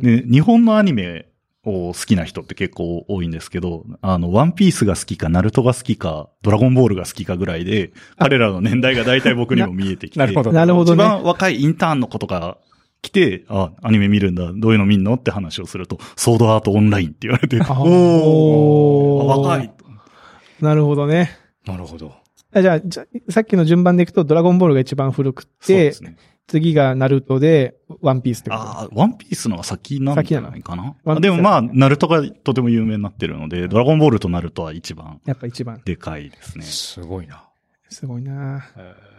ん。
で、日本のアニメを好きな人って結構多いんですけど、あの、ワンピースが好きか、ナルトが好きか、ドラゴンボールが好きかぐらいで、彼らの年代が大体僕にも見えてき て。
なるほど。
なるほど
一
ね。
番若いインターンの子とか来て、あ、アニメ見るんだ、どういうの見んのって話をすると、ソードアートオンラインって言われて、
あ
おー、
おー
若い。
なるほどね。
なるほど。
あじゃあ、じゃあさっきの順番でいくと、ドラゴンボールが一番古く
そうで
て
す、ね。
次がナルトで、ワンピースってこと。
ああ、ワンピースのが先なんじゃないかな。
ワンピース
でもまあ、ナルトがとても有名になってるので、ドラゴンボールとナルトは一番
やっぱ一番。
でかいですね。
すごいな。
すごいな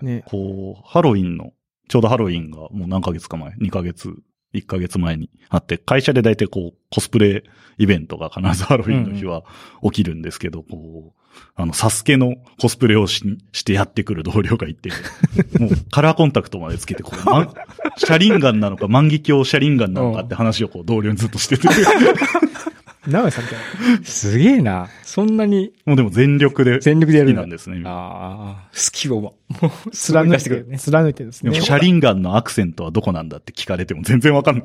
ね。
こう、ハロウィンの、ちょうどハロウィンがもう何ヶ月か前、2ヶ月、1ヶ月前にあって、会社で大体こう、コスプレイベントが必ずハロウィンの日は起きるんですけど、こう、あの、サスケのコスプレをししてやってくる同僚 がいて、もうカラーコンタクトまでつけて、こう、まんシャリンガンなのか、万華鏡シャリンガンなのかって話をこう、同僚にずっと してて、
長井さんみたい
すげえな。そんなに
もうでも全力で好
全力でやる
き
んだ
なんですね。
ああ、好きを、もう、貫
貫
い
い
出して
て
く
く
る
る、
ね。
貫いてるんです
でも
ね。
シャリンガンのアクセントはどこなんだって聞かれても全然わかんない。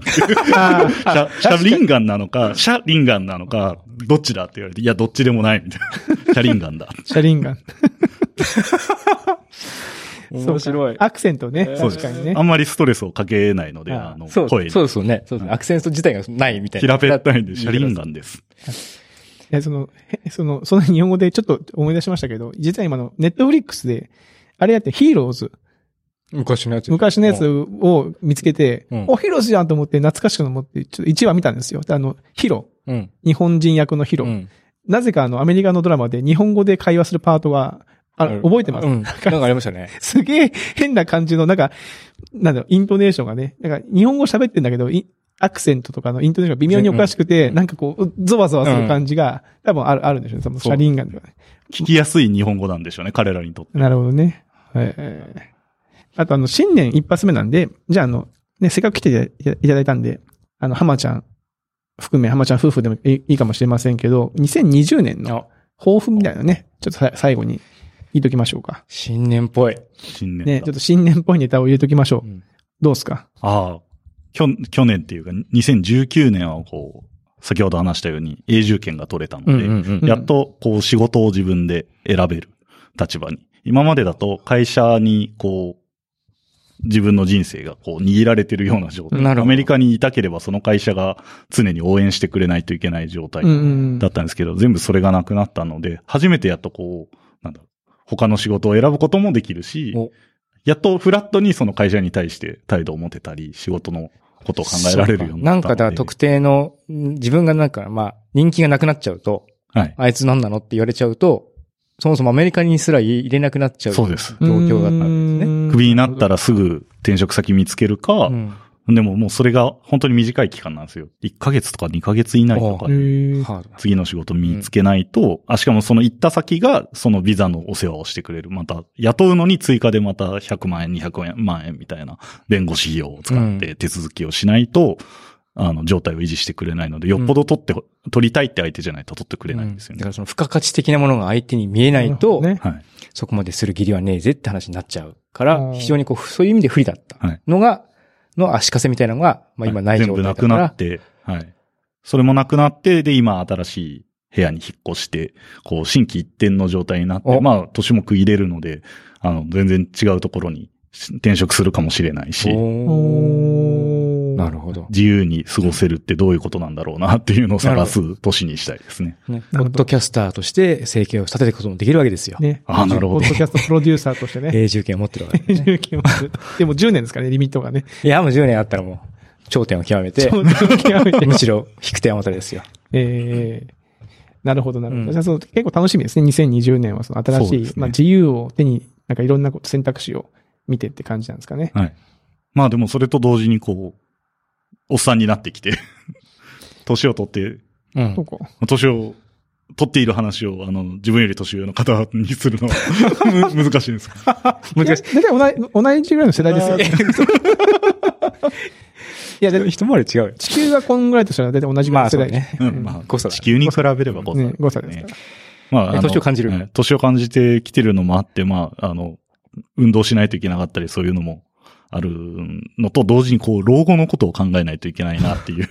あー
シャ、シャリンガンなのか、シャリンガンなのか、どっちだって言われて、いや、どっちでもない、みたい な。シャリンガンだ。
シャリンガン。
面白い。
アクセントね。
そうで
確
す
かにね
あ。んまりストレスをかけないので、
ああ
あの、
そう、そう
声
で
に。
すよね。そうですね。アクセント自体がないみたいな。
平べったいんで、シャリンガ
ン。
ンです。
いや、その、へその、その日本語でちょっと思い出しましたけど、実は今の、ネットフリックスで、あれやって、ヒーローズ。
昔のやつ。
昔のやつを見つけて、
うん
お、ヒロじゃんと思って懐かしく思って、ちょっと1話見たんですよ。であの、ヒロ。
うん。
日本人役のヒ
う
ロ。
ん。
なぜかあの、アメリカのドラマで日本語で会話するパートが、あ
る
覚えてます。
うん。なんかありましたね。
すげえ変な感じの、なんか、なんだろう、イントネーションがね。なんか、日本語喋ってんだけど、いアクセントとかのイントネーションが微妙におかしくて、なんかこう、ゾワゾワする感じが、多分ある、あるんでしょうね。そのシャリンガンとかね。
聞きやすい日本語なんでしょうね、彼らにとって。
なるほどね。はい。あと、あの、新年一発目なんで、じゃあ、あの、ね、せっかく来ていたいただいたんで、あの、浜ちゃん含め、浜ちゃん夫婦でもいいいいかもしれませんけど、2020年の抱負みたいなのね、ちょっとさ最後に言っときましょうか。
新年っぽい。
新年だ。
ね、ちょっと新年っぽいネタを言っときましょう。
うん
どうですか
ああ、去去年っていうか、2019年はこう、先ほど話したように永住権が取れたので、
うん
やっとこう仕事を自分で選べる立場に。今までだと会社にこう、自分の人生がこう握られてるような状態。
なるほど
アメリカにいたければその会社が常に応援してくれないといけない状態
うんうん
だったんですけど、全部それがなくなったので、初めてやっとこう、なんだろう、他の仕事を選ぶこともできるし
お、
やっとフラットにその会社に対して態度を持てたり、仕事のことを考えられるようにな
な
っ
ん
た
かだ
ので。
から特定の、ん自分がなんか、まあ、人気がなくなっちゃうと、
はい。
あいつ何なのって言われちゃうと、そもそもアメリカにすら入れなくなっちゃう。
そうです
状況だったんですね。
ね
クビになったらすぐ転職先見つけるか、
うん
でももうそれが本当に短い期間なんですよ。1ヶ月とか2ヶ月以内とか
へ、ー
ハードだ
次の仕事見つけないと、あ、しかもその行った先がそのビザのお世話をしてくれる。また、雇うのに追加でまた100万円、200万円みたいな弁護士費用を使って手続きをしないと、あの、状態を維持してくれないので、よっぽど取って、取りたいって相手じゃないと取ってくれないんですよ
だか
ね。
らその付加価値的なものが相手に見えないと、
ね。
はい。
そこまでする義理はねえぜって話になっちゃうから
う、ん
非常にこう、そういう意味で不利だった
はい
のが、の足かせみたいなのが、まあ今ない状
全
態
部
だ
な
か
くな
ら
っ、て、はい。それもなくなって、で、今新しい部屋に引っ越して、こう、新規一転の状態になっ
お
て、まあ、年も区入れるので、あの、全然違うところに転職するかもしれないし、
おーな
る
るほど。
自由に過ごせるってどういうことなんだろうなっていうのを探す年にしたいですね。
ね
な
ポ
るほど
ッドキャスターとして生計を立てていくこともできるわけですよ。
ね。
あーなるほど
ポッドキャストプロデューサーとしてね。
永住権を持ってるわけですね。
19まででも10年ですからね、リミットがね。
いや、もう10年あったらもう、頂点を極めて、
極めて
むしろ、引く手あまたですよ。
ええなるほど、なるほど。
うん
じゃあその結構楽しみですね。2020年はその新
そ
し
う
い、
ですね
まあ自由を手に、なんかいろんなこと選択肢を見てって感じなんですかね。
はい。まあでもそれと同時にこう、おっさんになってきて、 年を取って、
うん
そう。か。
年を取っている話を、あの、自分より年上の方にするのは む難しいです。
難しい。
大体同じ、同じぐらいの世代です よ。いや、だって
一回り違うよ。
地球がこんぐらいとしたら大体同じぐらいの世代
まあそう
うん、まあ、
誤差だ
地球に比べれば誤差、
ね、誤差ですから。
まああの、
年を感じる
うん年を感じてきてるのもあって、まあ、あの、運動しないといけなかったり、そういうのもあるのと、同時にこう、老後のことを考えないといけないなっていう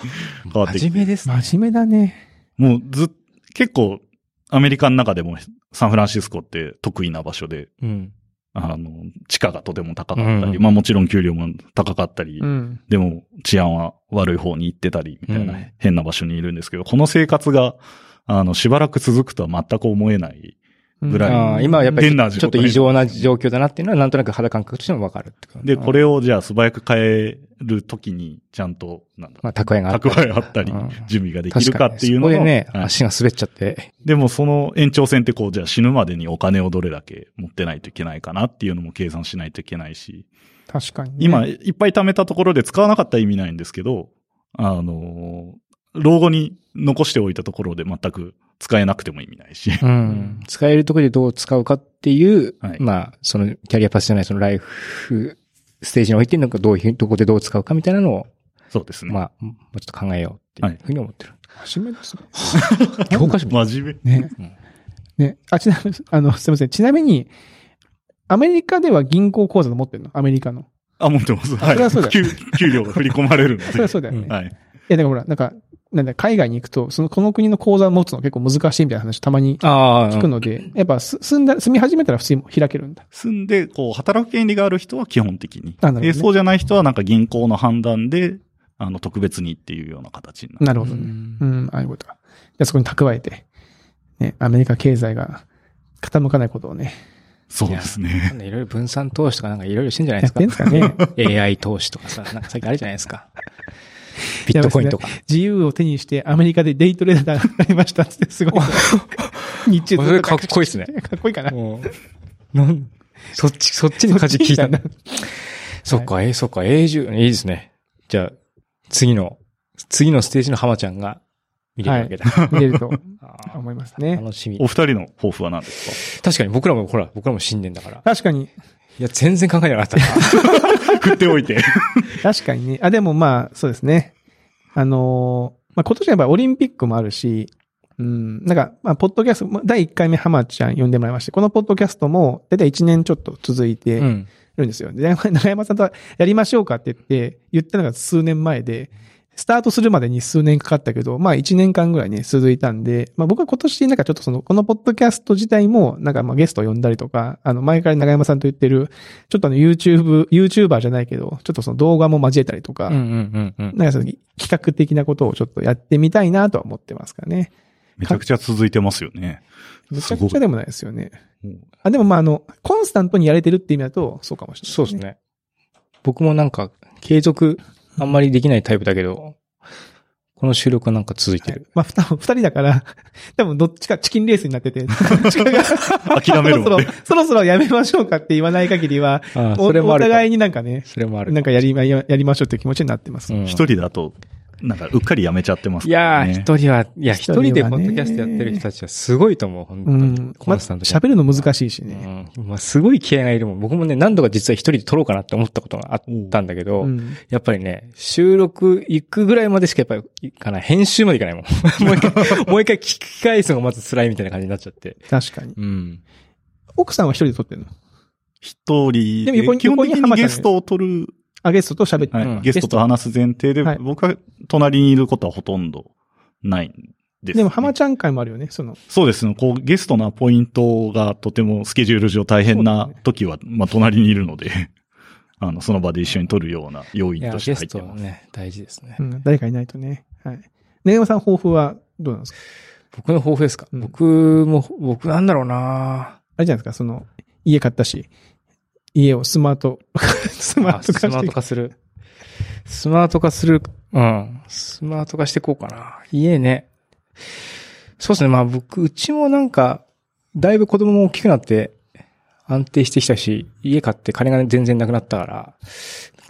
変わってきて
真面目ですね。
真面目だね。
もうずっ、結構、アメリカの中でもサンフランシスコって得意な場所で、
うん。
あの、地価がとても高かったり、
うん
まあもちろん給料も高かったり、
うん。
でも治安は悪い方に行ってたり、みたいな
うん
変な場所にいるんですけど、この生活が、あの、しばらく続くとは全く思えないぐらい
ああ今はやっぱり
変
ち
な
ょ
状態
っと異常な状況だなっていうのはなんとなく肌感覚としてもわかるって感じ
で、これをじゃあ素早く変えるときに、ちゃんと、なんだ、
まあ、蓄えがあったり
蓄えあったり
うん、
準備ができるかっていうの
確
が
かにねそこでね、
はい
足が滑っちゃって。
でもその延長線ってこう、じゃあ死ぬまでにお金をどれだけ持ってないといけないかなっていうのも計算しないといけないし、
確かにね、
今いっぱい貯めたところで使わなかったら意味ないんですけど、あのー、老後に残しておいたところで全く使えなくても意味ないし。
うん。使えるところでどう使うかっていう、
はい
まあ、そのキャリアパスじゃない、そのライフステージにおいて、なんかどういう、どこでどう使うかみたいなのを、
そうですね。
まあ、もうちょっと考えようっていうふうに思ってる。
真面目ですね。
教科書みたい
真面目。
ね。ね。あ、ちなみに、あの、すみません。ちなみに、アメリカでは銀行口座持ってるのアメリカの。
あ、持ってます。
それはそうだ
はい。給給料が振り込まれるの
それはそう
で。
だよね。い
はい。
や、だからほら、なんか、なんだ、海外に行くと、その、この国の口座持つの結構難しいみたいな話たまに
な。ああ、
聞くので、やっぱす、住んだ、住み始めたら普通に開けるんだ。
住んで、こう、働く権利がある人は基本的に。
あなるほどね
でそうじゃない人はなんか銀行の判断で、あの、特別にっていうような形になる。
なるほどね。うん、ああいうことか。じゃあそこに蓄えて、ね、アメリカ経済が傾かないことをね、
そうです
な
ね。
んでいろいろ分散投資とかなんかいろいろしてんじゃない
や
で
っ
す
てんす
か。
か ね。
AI 投資とかさ、なんか最近あるじゃないですか。ビットコインとか。
自由を手にしてアメリカでデイトレーダーになりましたっつって、す ごい。日中ずっと
それかっこいいっすね。
かっこいいかな。
もうなんそっち、そっちに舵聞いたんだ。そっか、えー、そっか、永住、いいですね。じゃあ、次の、次のステージの浜ちゃんが見れるわけだ。
見れると
あー
思いますね。
楽しみ
お。二人の抱負は何です
確かに僕らも、ほら、僕らも新年だから。
確かに、
いや、全然考えなかったな。
か振っておいて。
確かにね。あ、でもまあ、そうですね。あのーまあ今年はやっぱりオリンピックもあるし、うん、なんか、まあ、ポッドキャスト、まあ第1回目ハマちゃん呼んでもらいまして、このポッドキャストも、だいたい1年ちょっと続いて、
うん。
るんですよ。で、長山長山さんとやりましょうかって言って、言ったのが数年前で、スタートするまでに数年かかったけど、まあ1年間ぐらいね、続いたんで、まあ僕は今年なんかちょっとその、このポッドキャスト自体も、なんかまあゲストを呼んだりとか、あの前から長山さんと言ってる、ちょっとあの YouTube、YouTuber じゃないけど、ちょっとその動画も交えたりとか、
うんうんうんうん。
なんかその企画的なことをちょっとやってみたいなとは思ってますからね。
めちゃくちゃ続いてますよね。
めちゃくちゃでもないですよね。
もう
あ、でもまああの、コンスタントにやれてるって意味だと、そうかもしれない、
そうです。ね。僕もなんか、継続、あんまりできないタイプだけど、この収録はなんか続いて
はい
る。、
まあ、ふた二人だから、 多分どっちかチキンレースになっ てて、
諦める
そろ
わ
そろ、そろそろやめましょうかって言わない限りは、
ああ、
お
それもあ
お
るか。
互いになんかね、
それもある。
なんかやりま、ややりましょうって気持ちになってます。
うん、
一人だと、なんかうっかりやめちゃってます
い
から
や
ね。
ー、一人は、いや、一
一
人
人
で
は
ポ
ね
ッドキャストやってる人たちはすごいと思う、本当
う
に。
ん。
コ
まあ、
ンスタントに
喋るの難しいしね。
うんまあ、すごい気合がいるもん。僕もね、何度か実は一人で撮ろうかなって思ったことがあったんだけど、
うん。
やっぱりね、収録行くぐらいまでしかやっぱり行かない。編集まで行 かないもん。もう一回、もう一回聞き返すのがまず辛いみたいな感じになっちゃって。
確かに。
うん。
奥さんは一人で撮ってるの
一人
でも横に
基本
横
的
に浜
に
ちゃん
ゲストを取る、
あ、ゲストと喋って、
はい
うん
ゲストと話す前提で、
はい
僕は隣にいることはほとんどないんですね、
でも、浜ちゃん会もあるよね、その。
そうですね。こう、ゲストのアポイントがとてもスケジュール上大変な時は、まあ、隣にいるので、 あの、その場で一緒に撮るような要
い
因
や、
として
ゲ
入
ス
って
ト
ま
は
す。
ね、大事ですね
う。ん、誰かいないとね。はい。ね山さん、抱負はどうなんですか
僕の抱負ですか、
うん
僕も、僕なんだろうな
あれじゃないですか、その、家買ったし、家をスマート、 スマー
あ
ト化
スマ
し
ー
て
ト化する。スマート化する。うん。スマート化していこうかな。家ね。そうですね。まあ僕、うちもなんか、だいぶ子供も大きくなって、安定してきたし、家買って金が全然なくなったから、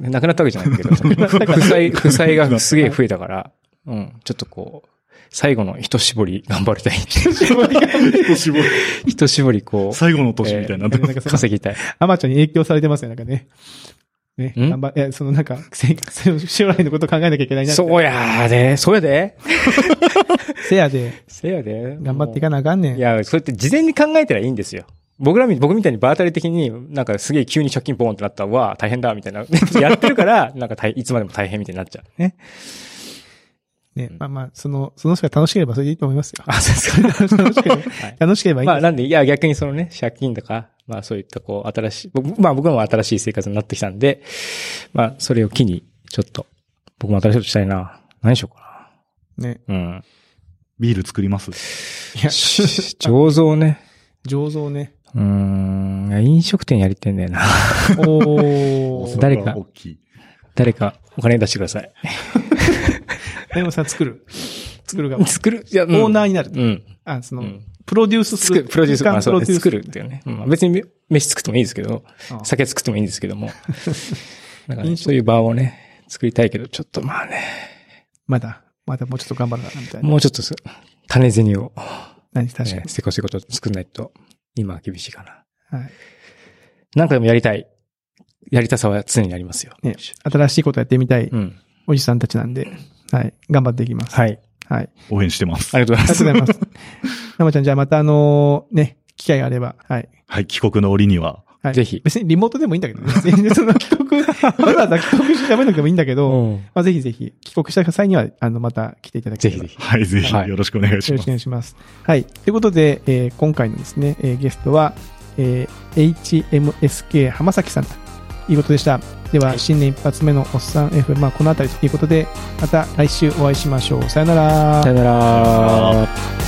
なくなったわけじゃないけど、負債、負債がすげえ増えたから、うん。ちょっとこう、最後の一絞り頑張りたい。
年も
一絞りこう、
最後の年みたいな。
えーなんかその
稼ぎたい。
アマちゃんに影響されてますね、なんかね。ね、
ん
頑張え、そのなんか、せ将来のこと考えなきゃいけないな。
そうやーで、そうやで。
せやで、
せやで。
頑張っていかなあかんねん。
いや、そうやって事前に考えたらいいんですよ。僕らみ、僕みたいに場当たり的になんかすげえ急に借金ボーンってなったら、うわあ、大変だ、みたいな。 やってるから、なんか大いつまでも大変みたいになっちゃう。 ね。
ね、まあまあ、その、その人が楽しければそれでいいと思いますよ。
あ、そうですか。
楽しければ、
はい
楽しければいいん
まあ、
です。
なんで、いや、逆にそのね、借金とか、まあそういったこう、新しい、僕まあ僕らも新しい生活になってきたんで、まあ、それを機に、ちょっと、僕も新しいことしたいな。何しようか
ね。
な。うん。
ビール作ります
いや、
醸造ね。
醸造ね。
うーん、飲食店やりてんだよ な。
おー。
そこが
誰か
大きい。
誰かお金出してください。
でもさん作る。作る側。
作る、いや、オ
オーナーになる。
うん。
あ、その、
うん
プロデュースす
作る、
る。
プロデュース、
空
ま
間
あ
プ
そう
ロ
で
デュ
す
ー
ね
ス
作るっていうね。うんまあ別に飯作ってもいいですけど、
あ
酒作ってもいいんですけども。なんかね
飲食
そういう場をね、作りたいけど、ちょっとまあね、
まだ、まだもうちょっと頑張るな、みたいな。
もうちょっとす種銭を、
何、確かに
ね、。せこせこと作んないと、今は厳しいかな。
はい。
なんかでもやりたい。やりたさは常にありますよ。
ね、新しいことやってみたい
うん。
おじさんたちなんで、はい。頑張っていきます。
はい。
はい。
応援してます。
ありがとうござい
あり
ま
がと
す
う。ござい ます。生ちゃん、じゃあまたあのーね、機会があれば、はい。
はい、帰国の折には。
はい、
ぜひ
別にリモートでもいいんだけど ね。全然その帰国、わざわざ帰国してめなくてもいいんだけど、
うん
まあぜひぜひ、帰国した際には、あの、また来ていただき
ぜ
たい
ひぜひ。
はい、ぜひ
はい
よろしくお願いし
よろし
ま
く
す。
お願いします。はい。ということで、えー今回のですね、えーゲストは、えー HMSK 浜崎さんということでした。では、新年一発目のおっさん F、まあ、このあたりということで、また来週お会いしましょう。さよなら。
さよなら。